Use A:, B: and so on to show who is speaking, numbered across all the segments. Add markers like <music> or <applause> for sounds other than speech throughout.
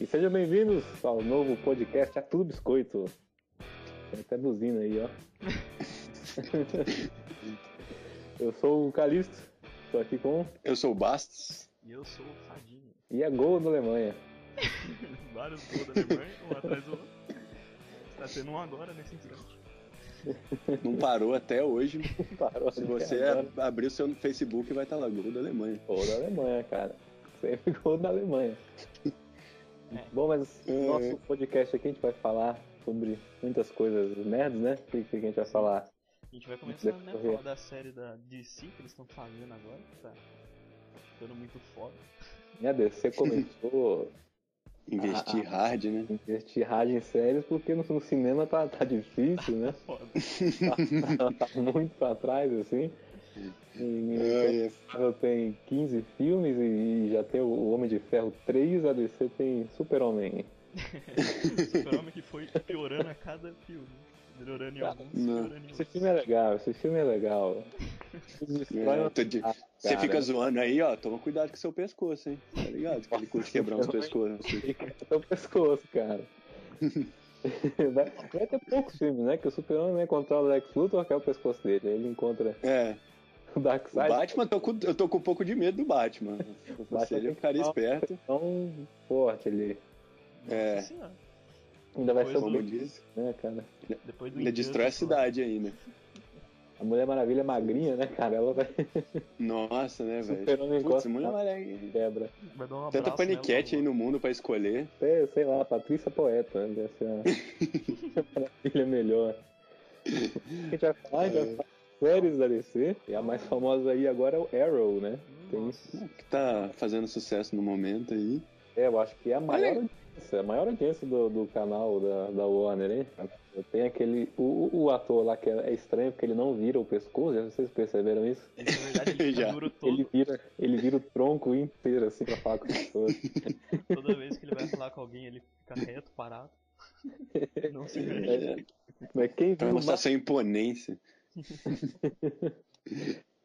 A: E sejam bem-vindos ao novo podcast A Tudo Biscoito. Tem até buzina aí, ó. Eu sou o Calixto, tô aqui com.
B: Eu sou o Bastos.
C: E eu sou o Fadinho. <laughs>
A: E a Gol da Alemanha.
C: Vários gols da Alemanha, um atrás do outro. Tá tendo um agora nesse instante.
B: Não parou até hoje.
A: Parou
B: Se
A: até <laughs>
B: você
A: agora. é
B: ab- abrir o seu Facebook, vai estar lá, gol da Alemanha.
A: Gol da Alemanha, cara. Sempre gol da Alemanha. Bom, mas
B: É.
A: nosso podcast aqui a gente vai falar sobre muitas coisas nerds, né? O que que a gente vai falar?
C: A gente vai começando,
B: é
C: né? a
A: Correr.
C: Falar da série da DC que eles estão fazendo agora, que tá ficando muito foda.
A: Minha Deus, você começou
B: Investir hard, né?
A: a investir rádio em séries porque no, no cinema tá, tá difícil, né?
C: Foda. <laughs>
A: Tá, tá muito pra trás, assim. E,
B: Ai, é
A: Marvel tem 15 filmes e, e já tem o Homem de Ferro 3, a DC tem Super-Homem.
C: Super-Homem que foi piorando a cada filme. Melhorando em alguns,
B: Não.
C: piorando
A: Esse
C: em outros.
A: filme é legal, esse filme é
C: <laughs>
A: legal. Destrói
B: É,
A: uma
B: tô de-
A: cidade,
B: Você
A: cara.
B: fica zoando aí, ó. Toma cuidado com seu pescoço, hein? Tá ligado? Que ele curte quebrar uns pescoços.
A: Fica até o pescoço, cara. <laughs> Vai, vai ter poucos filmes, né? Que o Super-Homem né, controla o Lex Luthor, que é o pescoço dele. Aí ele encontra
B: É,
A: o
B: o
A: Darkseid.
B: Batman, tô com- eu tô com um pouco de medo do Batman. Ou seja, eu ficaria esperto.
A: tão Então, forte ali.
B: É.
C: Nossa senhora.
A: Ainda vai
C: Pois
A: ser o
C: é.
B: Como
A: Blade,
B: diz,
A: né, cara?
C: Depois do
B: ele destrói a
C: Injustice lá.
B: cidade ainda.
A: A Mulher Maravilha é magrinha, né, cara? Ela vai <laughs>
B: Nossa, né, velho?
A: Super-Homem
B: Putz,
A: encosta
B: mulher
A: na
B: maravilha.
A: quebra.
C: Vai dar um abraço
B: Tanta
C: nela,
B: paniquete aí
C: mano.
B: no mundo pra escolher.
A: Até, sei lá, Patrícia Poeta, né? Deve ser uma <laughs> maravilha melhor. A gente vai falar, a gente vai falar de séries da DC. E a mais famosa aí agora é o Arrow, né? Tem
C: Nossa.
B: Que tá fazendo sucesso no momento aí.
A: É, eu acho que é a maior
B: Olha aí.
A: audiência, a maior audiência do, do canal da, da Warner, hein? Tem aquele. O, o- o ator lá que é, é estranho, porque ele não vira o pescoço, já vocês perceberam isso?
C: Ele, na
B: <laughs>
C: verdade, ele fica
B: Já.
C: duro
A: Ele
C: todo,
A: vira, ele vira o tronco inteiro, assim, pra falar com as pessoas.
C: toda vez que ele vai falar com alguém, ele fica reto,
B: <laughs>
C: parado. Não se mexe.
A: É, mas quem
B: Pra
A: viu
B: mostrar
A: mais,
B: sua imponência.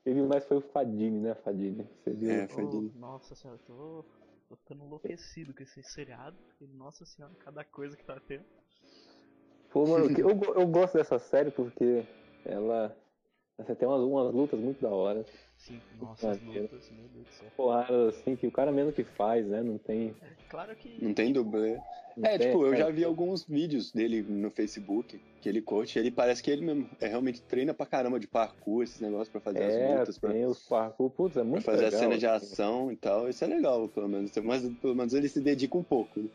A: quem viu mais foi o Fadini, né, Fadini? Você viu?
B: É,
C: Ô,
B: foi dele.
C: nossa senhora, eu tô, tô ficando enlouquecido com esse seriado. porque, nossa senhora, cada coisa que tá tendo.
A: Pô, mano,
B: <laughs>
A: que- eu, go- eu gosto dessa série porque ela. Você tem umas, umas lutas muito da hora.
C: Sim, nossa, as
A: Maneiro.
C: lutas, meu Deus do céu.
A: Porradas assim, que o cara mesmo que faz, né? Não tem.
C: É Claro que.
B: Não tem dublê.
A: não
B: É,
A: tem-
B: tipo, eu
A: é,
B: já vi alguns vídeos dele no Facebook, que ele coach, ele parece que ele mesmo é, realmente treina pra caramba de parkour, esses negócios pra fazer as
A: É,
B: lutas, pra,
A: tem os parkour, putz, é
B: pra
A: muito
B: fazer
A: legal.
B: a cena de
A: assim.
B: ação e tal. Isso é legal, pelo menos. Mas pelo menos ele se dedica um pouco. né?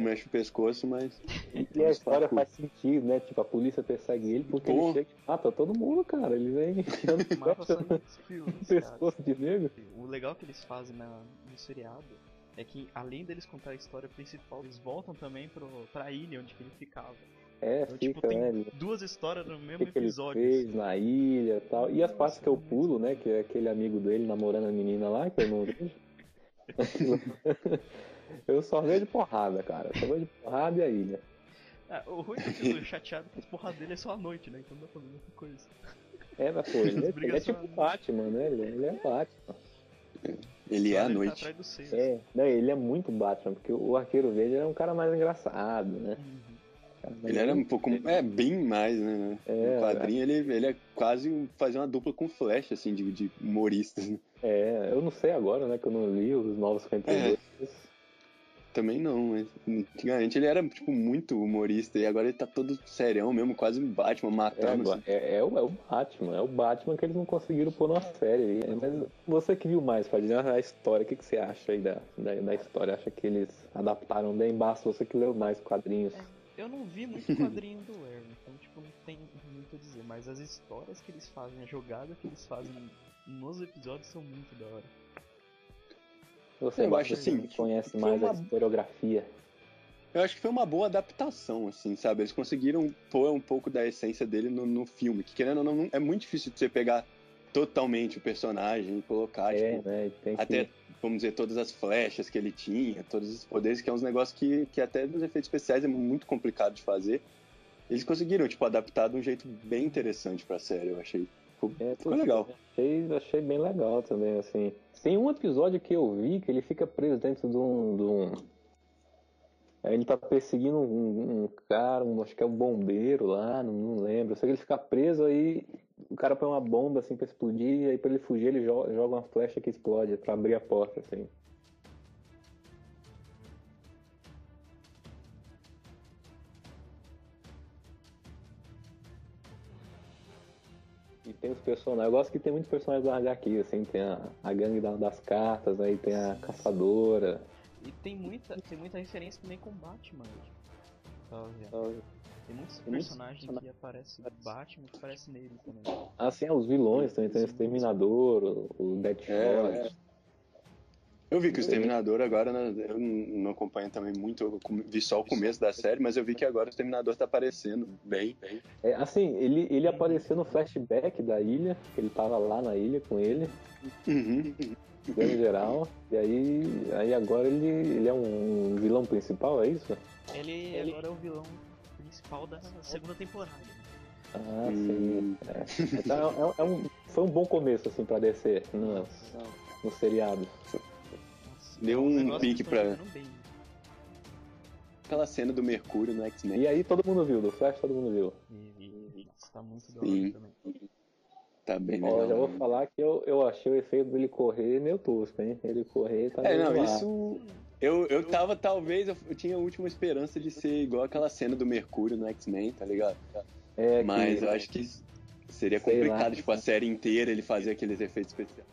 A: É,
B: mexe o pescoço, mas. é
A: e a história
B: parkour.
A: faz sentido, né? Tipo, a polícia persegue ele porque
B: Pô.
A: ele chega e mata todo mundo, cara. Ele vem <laughs> enfiando
C: Mas
A: flecha <laughs>
C: passando
A: no
C: nos filmes, cara.
A: pescoço de negro.
C: O legal que eles fazem na- no seriado é que, além deles contar a história principal, eles voltam também pro, pra ilha onde que ele ficava.
A: É,
C: Então, tipo,
A: fica,
C: tem
A: né? ele-
C: duas histórias no
A: O
C: mesmo
A: que, que ele
C: um episódio.
A: fez na ilha e tal. E as partes que eu pulo, né? Que é aquele amigo dele namorando a menina lá, que eu não vejo. eu só vejo porrada, cara. Só vejo porrada e a ilha.
C: Ah, o ruim é que eu fico chateado que as porras dele é só à noite, né? Então não dá pra fazer muita coisa.
A: É, mas pô, ele,
C: As
A: é-
C: brigas
A: ele é
C: são
A: tipo
C: à noite.
A: Batman, né? Ele, ele é Batman.
B: Ele é à
C: Claro, ele tá
B: noite.
C: atrás do seio.
A: É, não, ele é muito Batman, porque o Arqueiro Verde era um cara mais engraçado, né?
C: Uhum.
A: Cara, mas
B: Ele era um pouco. É, bem mais, né?
A: É,
B: no quadrinho, ele, ele é quase um- fazer uma dupla com flash, assim, de, de humoristas. né?
A: É, eu não sei agora, né? Que eu não li os
B: É.
A: Novos 52.
B: Também não, mas antigamente ele era, tipo, muito humorista e agora ele tá todo serião mesmo, quase um Batman
A: É,
B: matando.
A: agora-
B: assim.
A: é, é o, é o Batman, é o Batman que eles não conseguiram pôr na série. É, Mas você que viu mais, Fadinho, a história, o que, que você acha aí da, da, da história? Acha que eles adaptaram bem? Basta você que leu mais quadrinhos.
C: Eu não vi
B: <laughs>
C: muito quadrinho do Arrow, então tipo, não tem muito a dizer, mas as histórias que eles fazem, a jogada que eles fazem nos episódios são muito da hora.
A: Você
B: Eu
A: Basta,
B: acho assim,
A: que conhece
B: foi
A: mais a
B: uma-
A: historiografia.
B: Eu acho que foi uma boa adaptação, assim, sabe? Eles conseguiram pôr um pouco da essência dele no, no filme, que querendo ou não, não- é muito difícil de você pegar totalmente o personagem e colocar,
A: é,
B: tipo,
A: né? e Tem
B: até,
A: que...
B: vamos dizer, todas as flechas que ele tinha, todos os poderes, que é uns negócios que, que até nos efeitos especiais é muito complicado de fazer. Eles conseguiram, tipo, adaptar de um jeito bem interessante pra série, eu achei. Ficou,
A: É,
B: ficou
A: putz,
B: legal.
A: Achei, achei bem legal também, assim. Tem um episódio que eu vi que ele fica preso dentro de um. De um Aí ele tá perseguindo um, um cara, um, acho que é um bombeiro lá, não, não lembro. Eu sei que ele fica preso, aí o cara põe uma bomba assim pra explodir, e aí pra ele fugir ele jo- joga uma flecha que explode pra abrir a porta, assim. E tem os personagens. Eu gosto que tem muitos personagens da HQ, assim, tem a, a gangue da- das cartas, aí tem a caçadora.
C: E tem muita, tem muita referência também com Batman. né? Tá ligado? Tem muitos
B: Tem muitos
C: personagens que aparecem do Batman que aparecem nele também.
A: Assim, é, os vilões também, tem o Exterminador, o- o Deadshot.
B: É, Eu vi que o Exterminador agora, né, eu n- não acompanho também muito, eu com- vi só o começo da série, mas eu vi que agora o Exterminador tá aparecendo bem, bem.
A: É, assim, ele, ele apareceu no flashback da ilha, que ele tava lá na ilha com ele,
B: Uhum.
A: dando geral, e aí, aí agora ele, ele é um vilão principal, é isso?
C: Ele, agora é o vilão principal da segunda temporada. né?
A: Ah, sim. Então, é- é- é um- foi um bom começo, assim, pra descer nos, nos seriados.
C: Nossa,
B: Deu
C: é
B: um
C: negócio que
B: pique
C: tô
B: pra-
C: jogando bem.
B: Aquela cena do Mercúrio no X-Men.
A: E aí todo mundo viu, do Flash todo mundo viu.
C: E, e, nossa, tá muito da
B: Sim.
C: hora também.
B: Tá bem legal.
A: Ó, já vou
B: né?
A: falar que eu, eu achei o efeito dele correr meio tosco, hein? Ele correr tá
B: É,
A: meio
B: não,
A: lá.
B: isso. Eu, eu tava, talvez, eu, eu tinha a última esperança de ser igual aquela cena do Mercúrio no X-Men, tá ligado?
A: É que-
B: Mas eu acho que
A: Sei
B: seria
A: lá.
B: complicado, tipo, a série inteira ele fazer aqueles efeitos especiais.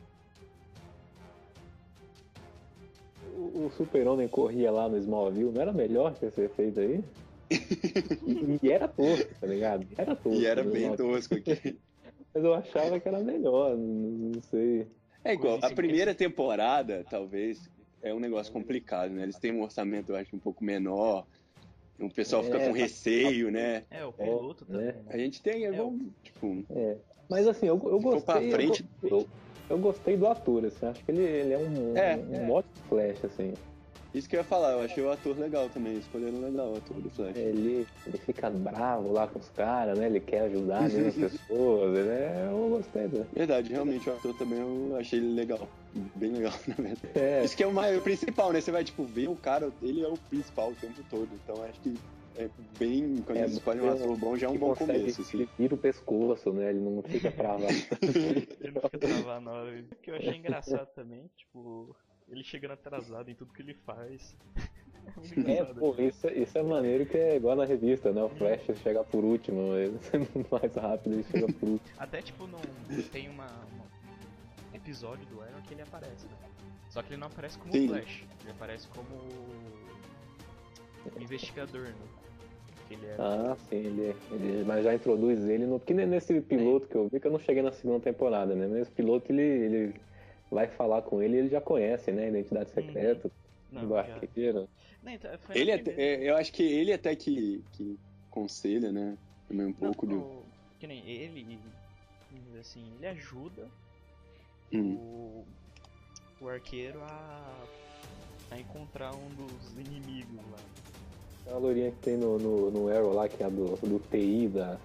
A: O, o Super-Homem corria lá no Smallville, não era melhor que esse efeito
B: <laughs>
A: aí? E, e era tosco, tá ligado? Era tosco.
B: E era
A: no
B: bem
A: Smallville. <laughs>
B: tosco aqui.
A: Mas eu achava que era melhor, não, não sei.
B: É igual,
C: Coisa
A: assim.
B: a
C: de
B: primeira temporada, talvez, é um negócio complicado, né? Eles têm um orçamento, eu acho, um pouco menor. O pessoal fica
A: É,
B: com receio, né?
C: É, o piloto
A: né?
C: também.
B: A
C: Né?
B: gente tem,
C: É,
B: vamos, tipo,
A: É. Mas assim, eu, eu
B: Se for pra
A: gostei. eu
B: frente-
A: go- Eu, eu gostei do ator, assim. Acho que ele, ele é um,
B: É,
A: um
B: é.
A: ótimo flash, assim.
B: isso que eu ia falar, eu achei o ator legal também, escolheram legal o ator do Flash.
A: Ele, ele fica bravo lá com os caras, né? Ele quer ajudar mesmo
B: <laughs>
A: as pessoas. Ele é, eu gostei dele.
B: Verdade, realmente o ator também eu achei ele legal. Bem legal, <laughs> na verdade.
A: É,
B: Isso que é o, maior, o principal, né? Você vai, tipo, ver o cara, ele é o principal o tempo todo. Então acho que é bem. Quando
A: É,
B: eles escolhem um
A: você-
B: ator bom, já é um
A: que
B: bom
A: consegue-
B: começo. Assim.
A: Ele vira o pescoço, né? Ele não fica
B: <laughs>
A: travado.
C: Ele não fica travado na hora. O que eu achei engraçado também, tipo, ele chegando atrasado em tudo que ele faz. <laughs> É muito
A: É,
C: engraçado.
A: pô, isso, isso é maneiro que é igual na revista, né? O Flash chega por último, ele <laughs> mais rápido, ele chega por último.
C: Até tipo não tem uma, uma- um episódio do Iron que ele aparece, né? Só que ele não aparece como
B: Sim.
C: Flash, ele aparece como um investigador, né? Que ele é
A: Ah, sim, ele, ele- mas já introduz ele no. Porque nesse piloto que eu vi, que eu não cheguei na segunda temporada, né? Mas esse piloto ele, ele vai falar com ele ele já conhece, né? a Identidade secreta
C: Uhum. não,
A: do
C: já-
A: arqueiro.
C: Não, então, foi
B: Ele
C: na
B: até,
C: primeira-
B: é, eu acho que ele até que, que conselha, né? Também um
C: Não,
B: pouco do.
C: o- que nem ele, vamos dizer assim, ele ajuda
B: Hum.
C: o, o arqueiro a, a encontrar um dos inimigos lá.
A: A lourinha que tem no, no, no Arrow lá, que é a do, do TI da,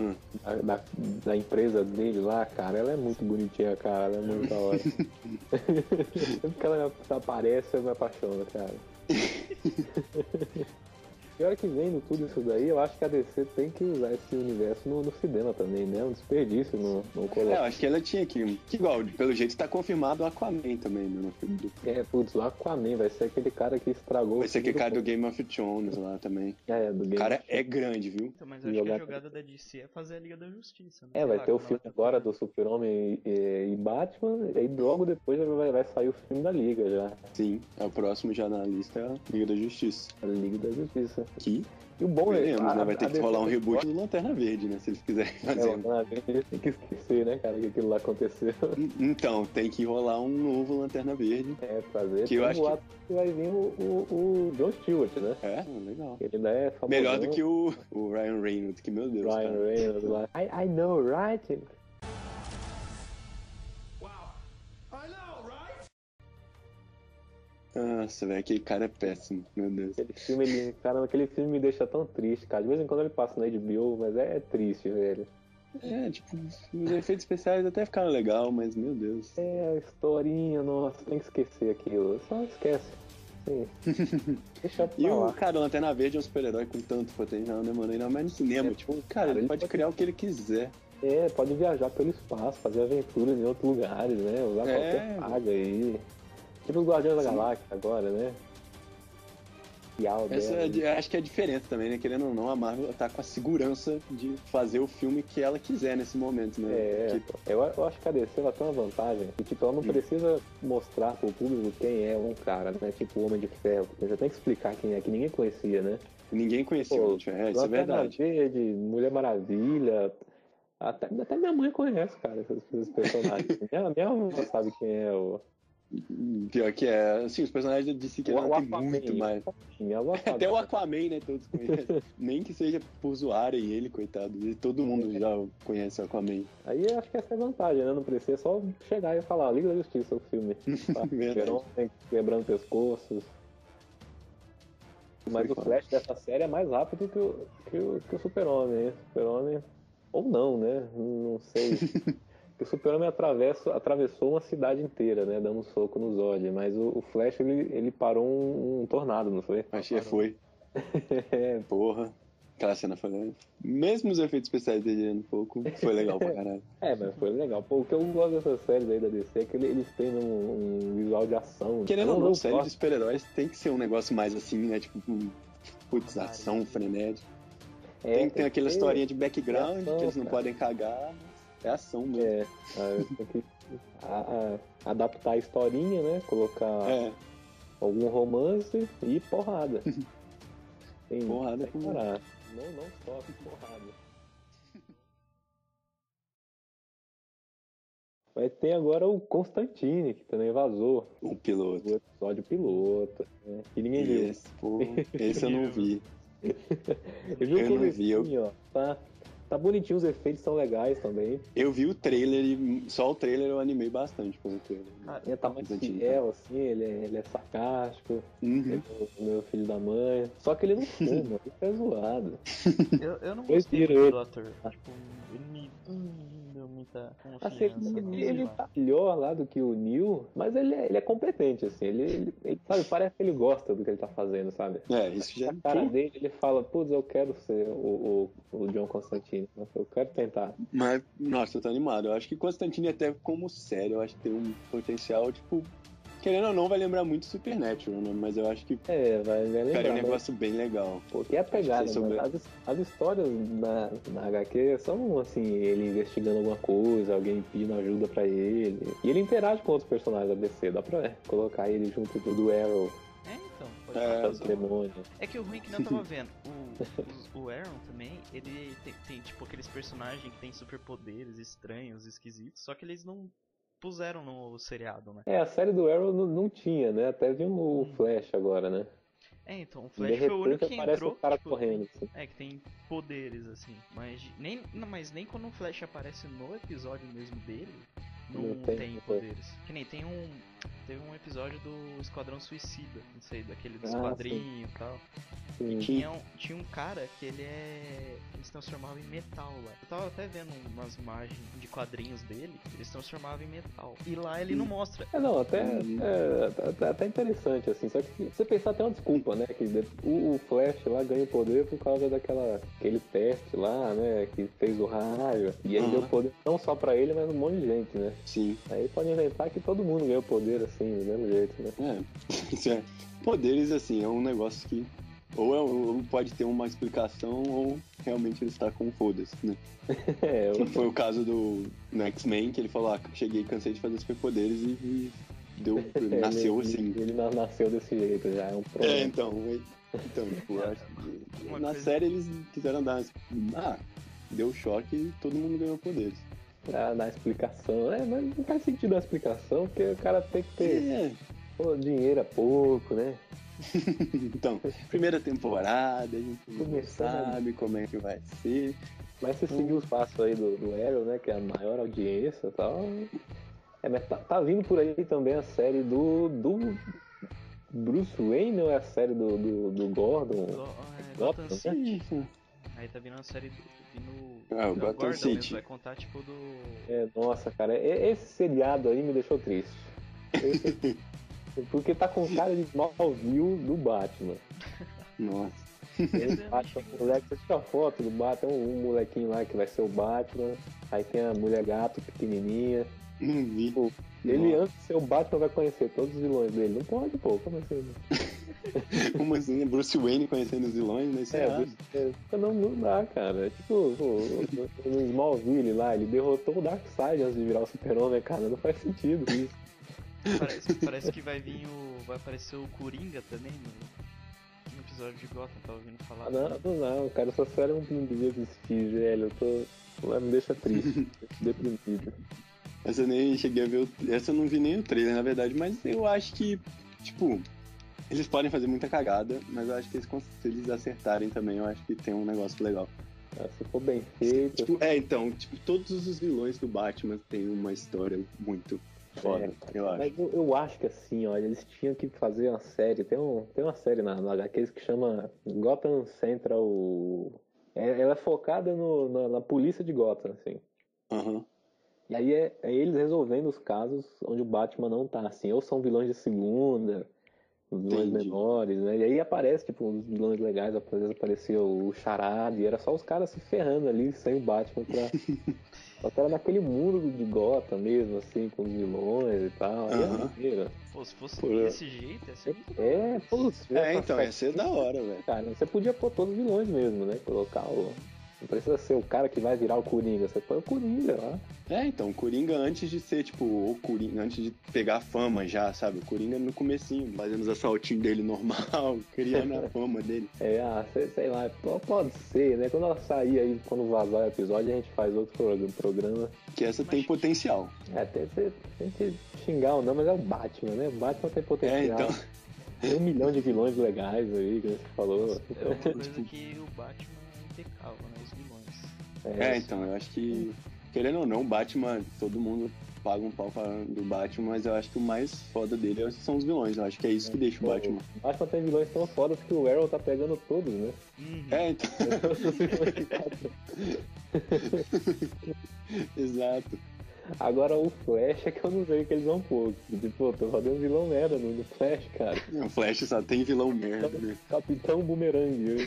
B: Hum.
A: da, da- da empresa dele lá, cara, ela é muito bonitinha, cara, ela é muito da
B: <laughs>
A: hora. Sempre que ela me aparece, eu me apaixono,
B: <laughs>
A: cara. E a hora que vendo tudo isso daí, eu acho que a DC tem que usar esse universo no, no cinema também, né? É Um desperdício no, no
B: É, eu
A: colocar.
B: acho que ela tinha que. Que igual, pelo jeito tá confirmado o Aquaman também, né? no filme do-
A: É, putz, o Aquaman vai ser aquele cara que estragou.
B: Vai ser aquele cara do
A: do...
B: Game of Thrones lá também.
A: É, do
B: O
A: Game
B: cara é grande, viu?
C: Então, mas eu acho
A: Jogar-
C: que a jogada da DC é fazer a Liga da Justiça. né?
A: É,
C: Sei
A: vai
C: lá,
A: ter o
C: quando ela
A: filme
C: tá
A: agora do Super-Homem e, e- e Batman, e aí logo depois já vai, vai sair o filme da Liga já.
B: Sim. É o próximo já na lista é a Liga da Justiça.
A: A Liga da Justiça.
B: Que
A: E o bom é.
B: veremos,
A: a-
B: né? Vai ter
A: a
B: que rolar um
A: DC
B: reboot do Lanterna Verde, né? Se eles quiserem
A: É,
B: fazer.
A: o Lanterna Verde, a gente tem que esquecer, né, cara, que aquilo lá aconteceu. <laughs>
B: Então, tem que rolar um novo Lanterna Verde.
A: É, fazer.
B: Que eu
A: Tem
B: acho
A: um boato que... vai vir o, o, o John Stewart, né?
B: É, legal.
A: Ele ainda é famoso.
B: Melhor do que o, o Ryan Reynolds, que meu Deus.
A: Ryan
B: cara.
A: Reynolds lá. I, I know, right?
B: Nossa, velho, aquele cara é péssimo, meu Deus.
A: Aquele filme, ele, cara, aquele filme me deixa tão triste, cara. De vez em quando ele passa na HBO, mas é triste, velho.
B: É, tipo, os efeitos especiais até ficaram legal, mas meu Deus.
A: É, a historinha, nossa, tem que esquecer aquilo. Só esquece. Sim.
B: <laughs>
A: Deixa pra
B: E o
A: lá.
B: cara, o Lanterna Verde é um super-herói com tanto potencial, né, mano? Ainda mais no cinema.
A: É.
B: Tipo, cara,
A: Cara,
B: ele
A: ele
B: pode
A: pode-
B: criar o que ele quiser.
A: É, pode viajar pelo espaço, fazer aventuras em outros lugares, né? Usar
B: É.
A: qualquer paga aí. Tipo os Guardiões da
B: Sim.
A: Galáxia agora, né? E a Aldeia,
B: Essa é a di- acho que é a diferença também, né? Querendo ou não, a Marvel tá com a segurança de fazer o filme que ela quiser nesse momento, né?
A: É,
B: Que-
A: eu, eu acho que a DC ela tem uma vantagem. Que, tipo,
B: Hum.
A: ela não precisa mostrar pro público quem é um cara, né? Tipo o Homem de Ferro. Você já tem que explicar quem é, que ninguém conhecia, né?
B: Ninguém conhecia o
A: Pô,
B: Ultron, é, isso é
A: Lanterna
B: verdade.
A: Verde, Mulher Maravilha. Até, até minha mãe conhece, cara, esses, esses
B: <laughs>
A: personagens. minha, minha avó sabe quem é o.
B: Pior que é, assim, os personagens da DC que
A: o, o
B: ela tem
A: Aquaman,
B: muito
A: é o
B: mais.
A: Aquaman, Minha avó sabe.
B: Até o Aquaman, né? Todos conhecem. Nem que seja por zoarem ele, coitado. E todo mundo já conhece o Aquaman.
A: Aí eu acho que essa é a vantagem, né? Não precisa só chegar e falar Liga da Justiça o <laughs> filme.
B: Verdade.
A: Super-Homem quebrando pescoços. Mas
B: Foi
A: o
B: foda.
A: Flash dessa série é mais rápido que o, que o, que o Super-Homem. hein? Super-Homem. Ou não, né? Não <laughs> sei. Porque o Super-Homem atravessa- atravessou uma cidade inteira, né? Dando um soco no Zod. Mas o, o Flash, ele, ele parou um, um tornado, não foi?
B: Achei que foi.
A: É,
B: Porra. Aquela cena foi legal. Mesmo os efeitos especiais dele um pouco, foi legal pra caralho.
A: É, mas foi legal. Pô, o que eu gosto dessas séries aí da DC é que ele- eles têm um, um visual de ação.
B: Querendo
A: Eu
B: ou não,
A: gosto.
B: série de super-heróis tem que ser um negócio mais assim, né? Tipo, um- putz,
C: Cara,
B: ação,
C: isso-
B: frenético.
A: É,
B: Tem que ter aquela
A: que-
B: historinha de background
A: ação,
B: que eles não
A: cara.
B: podem cagar. mas É ação mesmo.
A: É, ah, tem que a- a- adaptar a historinha, né? Colocar
B: É,
A: algum romance e porrada.
B: <laughs>
A: Tem,
B: porrada.
A: tem que parar. Não, não só porrada. Mas tem agora o Constantine, que também vazou.
B: O Um piloto.
A: O episódio piloto, né? Que ninguém viu.
B: Esse, pô, esse eu não vi.
A: Eu vi o
B: Eu não vi, eu-
A: comecinho, ó. Tá, tá bonitinho, os efeitos são legais também.
B: Eu vi o trailer e só o trailer eu animei bastante com o trailer.
C: Cara,
A: Ele tá mais
B: Bonitinho,
A: fiel, assim, ele é, ele é sarcástico,
B: Uhum.
A: ele é o meu filho da mãe. Só que ele não fuma, ele é zoado.
C: Eu, eu não
A: Foi
C: gostei
A: tiro
C: muito
A: ele.
C: do ator. Tipo, ele me hum, deu muita
A: Assim,
C: confiança.
A: ele,
C: não
A: ele,
C: sei lá.
A: tá melhor lá do que o Neil, mas ele é, ele é competente, assim. Ele, ele, ele, sabe, parece que ele gosta do que ele tá fazendo, sabe?
B: É, isso já.
A: A cara dele, ele fala, putz, eu quero ser o, o, o John Constantine, eu quero tentar.
B: Mas, nossa, eu tô animado. Eu acho que Constantine, até como série, eu acho que tem um potencial, tipo. Querendo ou não, vai lembrar muito Supernatural, né? Mas eu acho que
A: É, vai, vai lembrar.
B: cara, é um
A: mas-
B: negócio bem legal.
A: Porque é a pegada,
B: Acho que vocês
A: né? as, as histórias na, na HQ são assim, ele investigando alguma coisa, alguém pedindo ajuda pra ele. E ele interage com outros personagens da DC, dá pra né, colocar ele junto do, do Arrow,
C: É, então. Pode
B: É,
C: falar
A: das
C: sobre-
A: demônios.
C: É que o ruim é que não
A: <laughs>
C: tava vendo. O, o, o Aaron também, ele tem, tem, tipo aqueles personagens que tem superpoderes estranhos, esquisitos, só que eles não puseram no seriado, né?
A: É, a série do Arrow não, não tinha, né? Até viu o Flash agora, né?
C: É, então, o
A: de
C: Flash foi o único
A: repente
C: que
A: aparece
C: entrou.
A: um cara
C: tipo,
A: correndo. assim.
C: É, que tem poderes, assim. Mas de- nem, não, mas nem quando o Flash aparece no episódio mesmo dele, não,
A: Não
C: tem,
A: tem
C: poderes. Que nem tem um. Teve um episódio do Esquadrão Suicida, não sei, daquele dos
A: Ah, sim.
C: quadrinhos e tal.
A: Sim.
C: Tinha um, tinha um cara que ele é. Ele se transformava em metal lá. Eu tava até vendo umas imagens de quadrinhos dele, ele se transformava em metal. E lá ele não mostra.
A: É, não, até,
B: Hum.
A: é, até, até interessante, assim. Só que se você pensar, tem uma desculpa, né? Que de- o, o Flash lá ganha o poder por causa daquela aquele teste lá, né? Que fez o raio. E aí
B: Aham.
A: deu poder não só pra ele, mas um monte de gente, né?
B: Sim.
A: Aí pode inventar que todo mundo ganhou poder, assim, do mesmo jeito,
B: <laughs>
A: né?
B: É. Isso é. Poderes, assim, é um negócio que. Ou, é- ou pode ter uma explicação, ou realmente ele está com foda-se, né?
A: É, eu-
B: Foi o caso do no X-Men, que ele falou, ah, cheguei, cansei de fazer superpoderes e, e deu,
A: <laughs> ele-
B: nasceu
A: ele-
B: assim.
A: Ele, na- nasceu desse jeito já, é um problema.
B: É, então, é- então, tipo, eu acho que
C: Uma
B: na
C: coisa-
B: série eles quiseram dar, ah, deu choque e todo mundo ganhou poderes.
A: Pra dar Ah, explicação, né? Mas não faz sentido a explicação, porque o cara tem que ter
B: É, <laughs>
A: pô, dinheiro é pouco, né?
B: então, primeira temporada, a gente não
A: Começando.
B: sabe como é que vai ser.
A: Mas se seguir os passos aí do, do Arrow, né? Que é a maior audiência e tal. É, mas tá, tá vindo por aí também a série do. do Bruce Wayne ou é a série do, do, do Gordon?
C: Go- é,
A: Gotham,
C: Gotham
A: né?
C: City. Aí tá vindo a série do. Vindo,
B: Ah, o
C: não,
B: Gotham
C: Gordon
B: City.
C: mesmo, vai contar tipo do.
A: É, nossa, cara, e- esse seriado aí me deixou triste. Esse- Porque tá com cara de malvio do Batman.
B: Nossa.
C: Esse
A: Ele
C: eu não
A: bate
C: achei.
A: um moleque, você tira foto do Batman, tem um, um molequinho lá que vai ser o Batman, aí tem a mulher gato pequenininha.
B: Não vi.
A: Ele,
B: Nossa.
A: antes de ser o Batman, vai conhecer todos os vilões dele. Não pode, pô, como assim?
B: Como assim? Bruce Wayne conhecendo os vilões, né? Isso é,
A: É,
B: errado.
A: é, não, não dá, cara. É Tipo, pô, <laughs> o- o- no Smallville lá, ele derrotou o Darkseid antes de virar o Super-Homem, cara. Não faz sentido isso.
C: Parece, parece que vai vir o. Vai aparecer o Coringa também no, no episódio de Gotham, tava ouvindo falar.
A: Ah, Não, não, não, cara. Essa série não não devia existir, velho. Eu tô... ela Me deixa
B: <laughs>
A: triste, deprimido.
B: Essa eu nem cheguei a ver. O... Essa eu não vi nem o trailer, na verdade, mas eu acho que, tipo, eles podem fazer muita cagada, mas eu acho que eles, cons- se eles acertarem também, eu acho que tem um negócio legal.
A: Ah, Se for bem feito,
B: Tipo, é, então, tipo, todos os vilões do Batman têm uma história muito foda,
A: É,
B: eu acho.
A: Mas eu, eu acho que assim, olha, eles tinham que fazer uma série. Tem, um, tem uma série na, na HQs que chama Gotham Central. É- ela é focada no- na, na polícia de Gotham, assim.
B: Aham.
A: E aí é, é eles resolvendo os casos onde o Batman não tá, assim. Ou são vilões de segunda, vilões
B: Entendi.
A: menores, né? E aí aparece, tipo, uns vilões legais. Às vezes apareceu o Charada, e era só os caras se ferrando ali sem o Batman pra.
B: <laughs>
A: Só que era naquele muro de Gotham mesmo, assim, com os vilões e tal. Aí
B: Aham.
A: é maneiro.
C: Pô, se fosse
B: Pô, eu-
C: desse jeito, ia ser muito
A: É,
C: bom.
A: putz,
B: É,
A: essa
B: então,
A: série,
B: ia ser da hora, velho.
A: cara, você podia pôr todos os vilões mesmo, né? Colocar o. Não precisa ser o cara que vai virar o Coringa, você põe o Coringa lá.
B: É, então, o Coringa antes de ser, tipo, o Coringa, antes de pegar fama já, sabe? O Coringa no comecinho, fazendo os assaltinhos dele normal, <laughs> criando
A: <laughs>
B: a fama dele.
A: É, ah, sei, sei lá, pô, pode ser, né? Quando ela sair aí, quando vazar o episódio, a gente faz outro prog- programa.
B: Que essa tem potencial.
A: É, tem, tem, tem que xingar ou não, mas é o Batman, né? O Batman tem
B: É,
A: potencial.
B: então.
A: Tem um milhão de vilões legais aí, que você falou.
C: É uma coisa que o Batman é impecável, né? Os vilões.
B: É, então, eu acho que, querendo ou não, o Batman, todo mundo paga um pau pra, do Batman, mas eu acho que o mais foda dele são os vilões. Eu acho que é isso que deixa o Batman.
A: O Batman tem vilões tão fodas que o Arrow tá pegando todos,
B: <laughs>
A: né?
C: Uhum.
B: É, então. Exato.
A: Agora o Flash é que eu não sei o que eles vão pôr. Tipo, tô fazendo vilão merda no no Flash, cara. Tá
B: O Flash só tem vilão <laughs> merda, né?
A: <laughs> Capitão
B: <laughs>
A: Boomerang.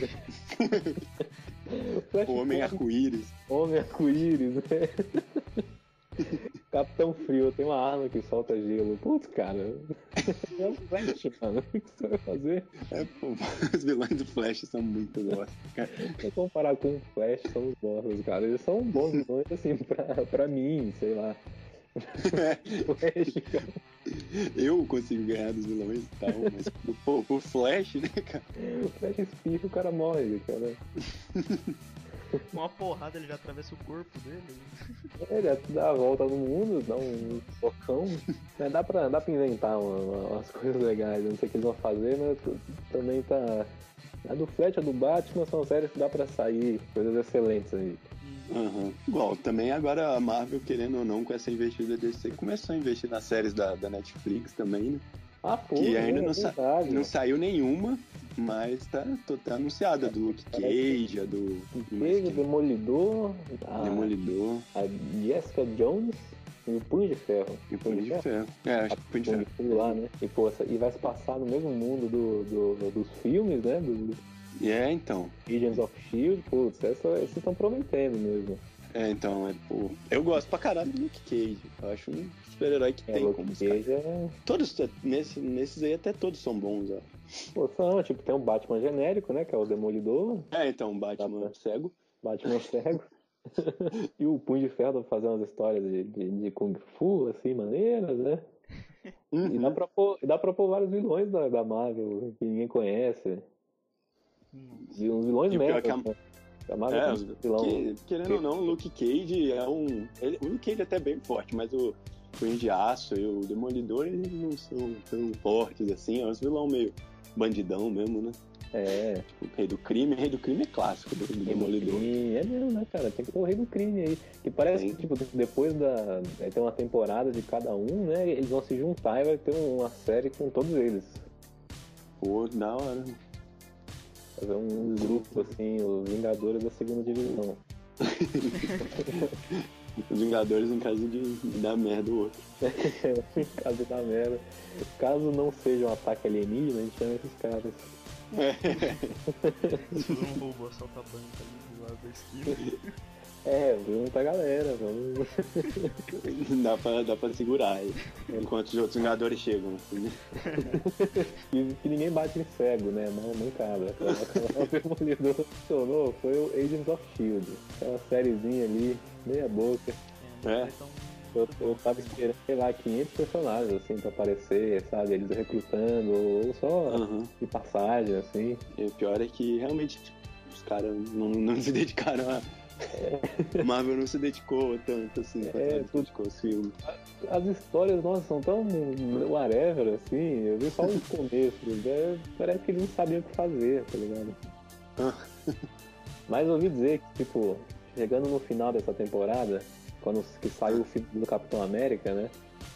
A: O Flash
B: O Homem Arco-Íris.
A: Homem arco-íris, né? <laughs> Capitão Frio, tem uma arma que solta gelo. Putz, cara. É um flash, mano. <laughs> O que você vai fazer?
B: É, pô, <laughs> os vilões do Flash são muito bosta, cara. <laughs>
A: Se eu comparar com o Flash, são os bons, cara. Eles são bons vilões, assim, pra, pra mim, sei lá. Flash, cara.
B: Eu consigo ganhar dos vilões e tal, mas pô, o Flash, né, cara?
A: O Flash espirra, o cara morre, cara.
C: Com uma porrada ele já atravessa o corpo dele. né?
A: Ele dá a volta no mundo, dá um
B: <laughs>
A: socão. Mas dá pra, dá pra inventar uma- uma- umas <laughs> coisas legais, eu não sei o que eles vão fazer, mas tu- também tá. A do Flash, a do Batman são séries que dá pra sair coisas excelentes aí.
B: Aham. Igual, também agora a Marvel, querendo ou não, com essa investida DC, começou a investir nas séries da, da Netflix também, né?
A: Ah, pô,
B: Que ainda
A: né,
B: não
A: é
B: sa-
A: verdade.
B: Não saiu nenhuma, mas tá, tô- tá anunciada. Do Luke Cage, a do
A: Teve o Demolidor, a,
B: Demolidor
A: a Jessica Jones e o Punho de Ferro.
B: e Punho de Ferro. É, acho que Punho de
A: Punho
B: Ferro.
A: de Ferro lá, né? E, pô, essa- e vai se passar no mesmo mundo do, do- dos filmes, né? Do
B: E é, então.
A: Agents of Shield, putz, essa- esses estão prometendo mesmo.
B: É, então, é, pô. Eu gosto pra caralho do Luke Cage. Eu acho um super-herói que
A: É,
B: tem
A: Luke
B: como os
A: Cage é.
B: caras- Todos, nesse, nesses aí, até todos são bons, ó.
A: Pô, são, tipo, tem um Batman genérico, né? Que é o Demolidor,
B: É, então, Batman
A: Tá, tá.
B: cego.
A: Batman cego. <laughs> e o Punho de Ferro pra fazer umas histórias de, de, de Kung Fu, assim, maneiras, né?
B: Uhum.
A: E dá pra pôr, dá pra pôr vários vilões da, da Marvel que ninguém conhece.
C: Hum.
A: E uns vilões
B: E o pior é
A: merda,
B: que a-
A: né? A Marvel tem
B: É,
A: um vilão.
B: que- querendo ou não, o Luke Cage é um. ele- o Luke Cage até é bem forte, mas o Punho de Aço e o Demolidor eles não são tão fortes assim. É um vilão meio bandidão mesmo, né?
A: É,
B: O Rei do Crime. Rei do Crime é clássico do, do Demolidor.
A: crime. É mesmo, né, cara? Tem que ter o rei do crime aí. E parece
B: Tem.
A: que, tipo, depois da. é, Tem uma temporada de cada um, né? Eles vão se juntar e vai ter uma série com todos eles.
B: Pô, da hora.
A: Fazer um grupo assim, os Vingadores da segunda divisão.
B: Os Vingadores em caso de dar merda o
A: <laughs>
B: outro.
A: <laughs>
B: <laughs>
A: caso da merda. Caso não seja um ataque alienígena, a gente chama esses caras.
C: Tipo, um robô assalta a banca ali do lado da esquina.
A: É, viu muita galera, vamos. <laughs>
B: dá, pra, dá pra segurar aí. Enquanto os outros Vingadores chegam. assim, né?
A: E que ninguém bate em cego, né? Não, <laughs> mancada. O Demolidor que funcionou foi o Agents of Shield. Aquela sériezinha ali, meia boca.
C: É,
B: É.
C: mas então,
A: Eu, eu
C: <laughs>
A: tava esperando, sei lá, 500 personagens, assim, pra aparecer, sabe? Eles recrutando, ou só
B: Aham.
A: de passagem, assim.
B: E o pior é que realmente os caras não, não <laughs> se dedicaram a. Marvel não se dedicou tanto assim pra
A: É,
B: é, tudo com os filmes.
A: As histórias, nossa, são tão whatever, assim. Eu vi só os <laughs> começos. né? Parece que eles não sabiam o que fazer, tá ligado?
B: Ah.
A: Mas eu ouvi dizer que, tipo, chegando no final dessa temporada, quando que saiu o filme do Capitão América, né?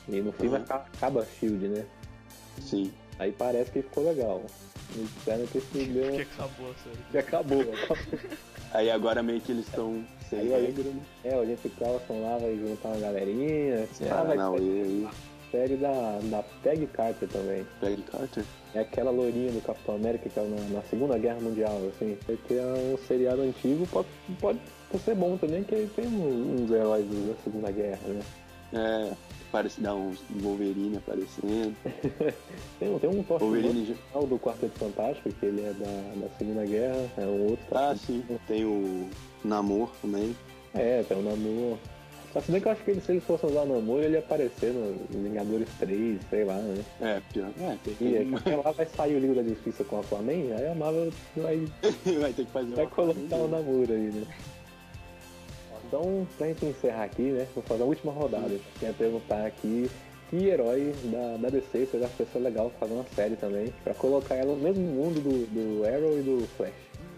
A: E no filme
B: Aham.
A: aca- acaba a Shield, né?
B: Sim.
A: Aí parece que ficou legal. Me disseram que esse deu.
C: que acabou a série.
A: Que acabou. né?
B: Aí agora meio que eles estão sem
A: <laughs> Aí, aí.
B: regra, né?
A: é, o Jeff Carlson lá vai juntar uma galerinha. ah,
B: Ah,
A: vai
B: não,
A: sair
B: e aí?
A: série da, da Peggy Carter também.
B: Peggy Carter?
A: É aquela lourinha do Capitão América que é na, na Segunda Guerra Mundial, assim. Vai ter um seriado antigo, pode, pode ser bom também, que aí tem um- uns heróis da Segunda Guerra, né?
B: É, parece dar um Wolverine aparecendo.
A: É, Tem, tem um Thor
B: Wolverine. já-
A: final do Quarteto Fantástico, que ele é da, da Segunda Guerra, é um outro.
B: Ah, sim. Tem o Namor também.
A: É, tem o Namor. Só se bem que eu acho que ele, se ele fosse usar o Namor, ele ia aparecer no Vingadores 3, sei lá, né?
B: É, pior. É, tem
A: E
B: um-
A: aí lá vai sair o Liga da Justiça com a Aquaman, aí a Marvel vai
B: <laughs> Vai ter que fazer
A: é. Vai
B: uma-
A: colocar o namoro aí, né? Então, pra gente encerrar aqui, né? Vou fazer a última rodada. é Queria perguntar aqui que herói da, da DC você já achou que foi legal fazer uma série também, pra colocar ela no mesmo mundo do, do Arrow e do Flash.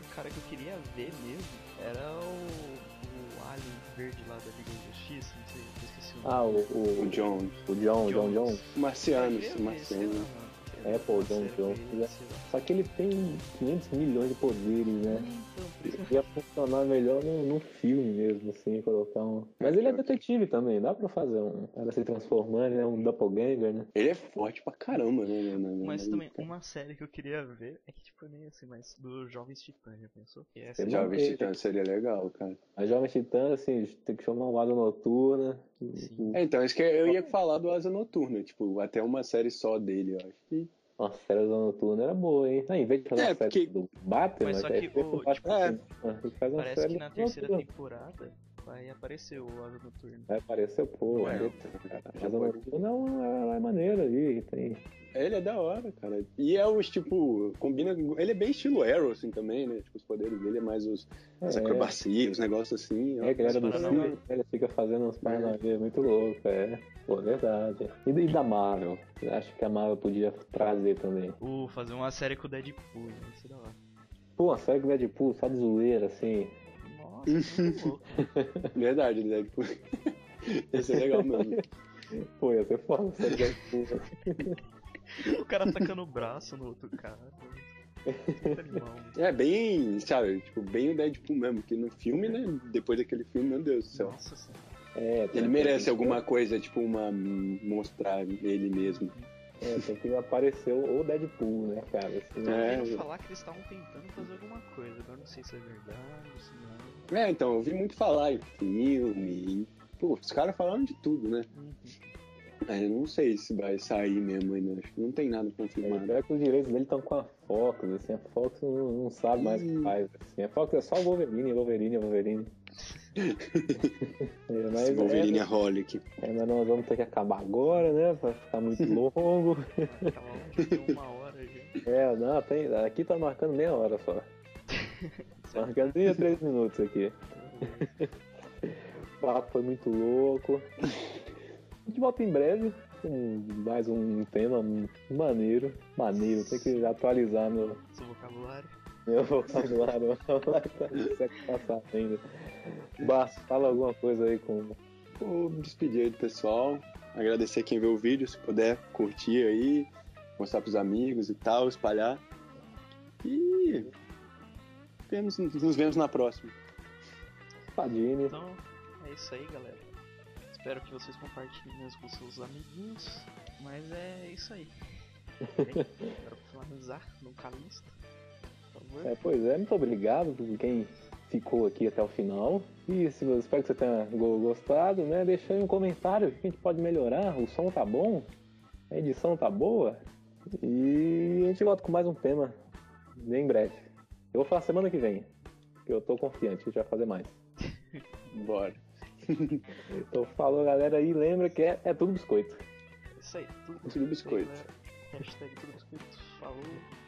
C: Um cara que eu queria ver mesmo era o, o Alien Verde lá da Liga da Justiça, não sei, eu esqueci o nome. É,
A: Ah, o,
B: O
A: o,
B: Jones.
A: o John, John, John.
B: Marcianos,
C: Eu queria ver, sei lá,
B: Marcianos.
C: mano.
A: É, pô,
C: Uma
A: John
C: série
A: Jones,
C: dele,
A: né?
C: sei lá.
A: Só que ele tem 500 milhões de poderes, né?
C: Então, por isso
A: Ia funcionar melhor num, num filme mesmo, assim, colocar um. Mas ele é detetive também, dá pra fazer um. Ela se transformando, né? Um doppelganger, né?
B: Ele é forte pra caramba, né? né, né, né,
C: Mas
B: né,
C: também,
B: cara.
C: uma série que eu queria ver é que, tipo, é meio assim, mas do Jovens Titãs, já pensou? Que é essa
A: Sei
B: Já
A: lá.
B: vi esse então, seria legal, cara.
A: As jovens titãs, assim, tem que chamar um lado noturna.
C: Sim.
B: É, então, isso que eu ia falar do Asa Noturna, tipo, até uma série só dele, eu acho. que-
A: Nossa, a série da noturna era boa, hein? Ah, em vez de fazer
B: É,
A: uma série
B: porque-
A: do é Batman,
C: Mas só
A: que aí
C: que
A: fica
C: o-
A: com Batman,
B: tipo,
A: assim, a gente faz uma
C: Parece
A: série
C: que na
A: da
C: terceira
A: noturna.
C: temporada vai aparecer o Asa Noturno.
A: Vai aparecer, pô,
B: Ué,
A: aí,
B: já
A: cara, a Asa
B: pode-
A: noturna é uma- ela é maneira ali, tem...
B: Ele é da hora, cara. E é os, tipo, combina. com- Ele é bem estilo Arrow, assim, também, né? Tipo, os poderes dele é mais os, as
A: É.
B: acrobacias, os negócios assim.
A: É, a galera do
C: Mas não,
A: filme, ela fica fazendo uns paranoias muito loucas, é. Pô, é verdade. E, e da Marvel? Eu Acho que a Marvel podia trazer também.
C: Ou fazer uma série com o Deadpool, né? Isso da hora.
A: Pô, uma série que o Deadpool, só de zoeira, assim.
C: Nossa,
A: <laughs>
C: muito louco.
B: Verdade, ele é, tipo. <laughs> Esse é legal mesmo.
A: Pô, ia ser foda, uma série do
B: <laughs>
A: Deadpool.
C: O cara tacando o braço no outro cara. Muito animal.
B: É bem, sabe, tipo, bem o Deadpool mesmo, que no filme, né? Depois daquele filme, meu Deus do céu.
C: Nossa senhora.
A: É, tem-
B: Ele merece alguma coisa, tipo, uma. mostrar ele mesmo.
A: É, tem que aparecer o o Deadpool, né, cara? Assim,
C: Eu
B: É.
C: ouvi falar que eles estavam tentando fazer alguma coisa, agora não sei se é verdade, se não.
B: É, então, eu vi muito falar em filme. em- Pô, os caras falaram de tudo, né?
C: Uhum.
B: Aí eu não sei se vai sair mesmo ainda. Acho que não tem nada
A: Mas
B: confirmado.
A: pior que os direitos dele estão com a Fox, assim, a Fox não, não sabe mais o que
B: Ih.
A: faz, assim. A Fox é só Wolverine, Wolverine,
B: <laughs>
A: Wolverine. é, mas,
B: Esse Wolverine é Holic.
A: é, é, mas nós vamos ter que acabar agora, né? Vai ficar
B: <laughs>
A: muito longo.
C: Tava lá que deu uma hora já. <laughs>
A: É, não, tem, aqui tá marcando meia hora só.
B: <laughs>
A: Marcando 3 três minutos aqui. O papo foi muito louco. A gente volta em breve com mais um tema maneiro. Maneiro, tem que atualizar meu,
C: Seu vocabulário.
A: meu vocabulário. <laughs> Tá no século passado ainda. Basta, fala alguma coisa aí com.
B: Vou me despedir aí do pessoal. Agradecer quem vê o vídeo, se puder curtir aí, mostrar pros amigos e tal, espalhar. E vemos- nos vemos na próxima.
A: Padine.
C: Então, é isso aí, galera. Espero que vocês compartilhem isso com seus amiguinhos. Mas é isso aí. Bem, Quero finalizar no Calista. Por favor.
A: É, pois é, muito obrigado por quem ficou aqui até o final. E se você, espero que você tenha go- gostado, né? Deixa aí um comentário o que a gente pode melhorar. O som tá bom, a edição tá boa. E a gente volta com mais um tema em breve. Eu vou falar semana que vem. que Eu tô confiante, a gente vai fazer mais.
B: Bora.
A: Então falou galera aí, lembra que é, é tudo biscoito.
C: É isso aí. Tudo
B: Tudo biscoito.
C: Hashtag tudo biscoito. Falou.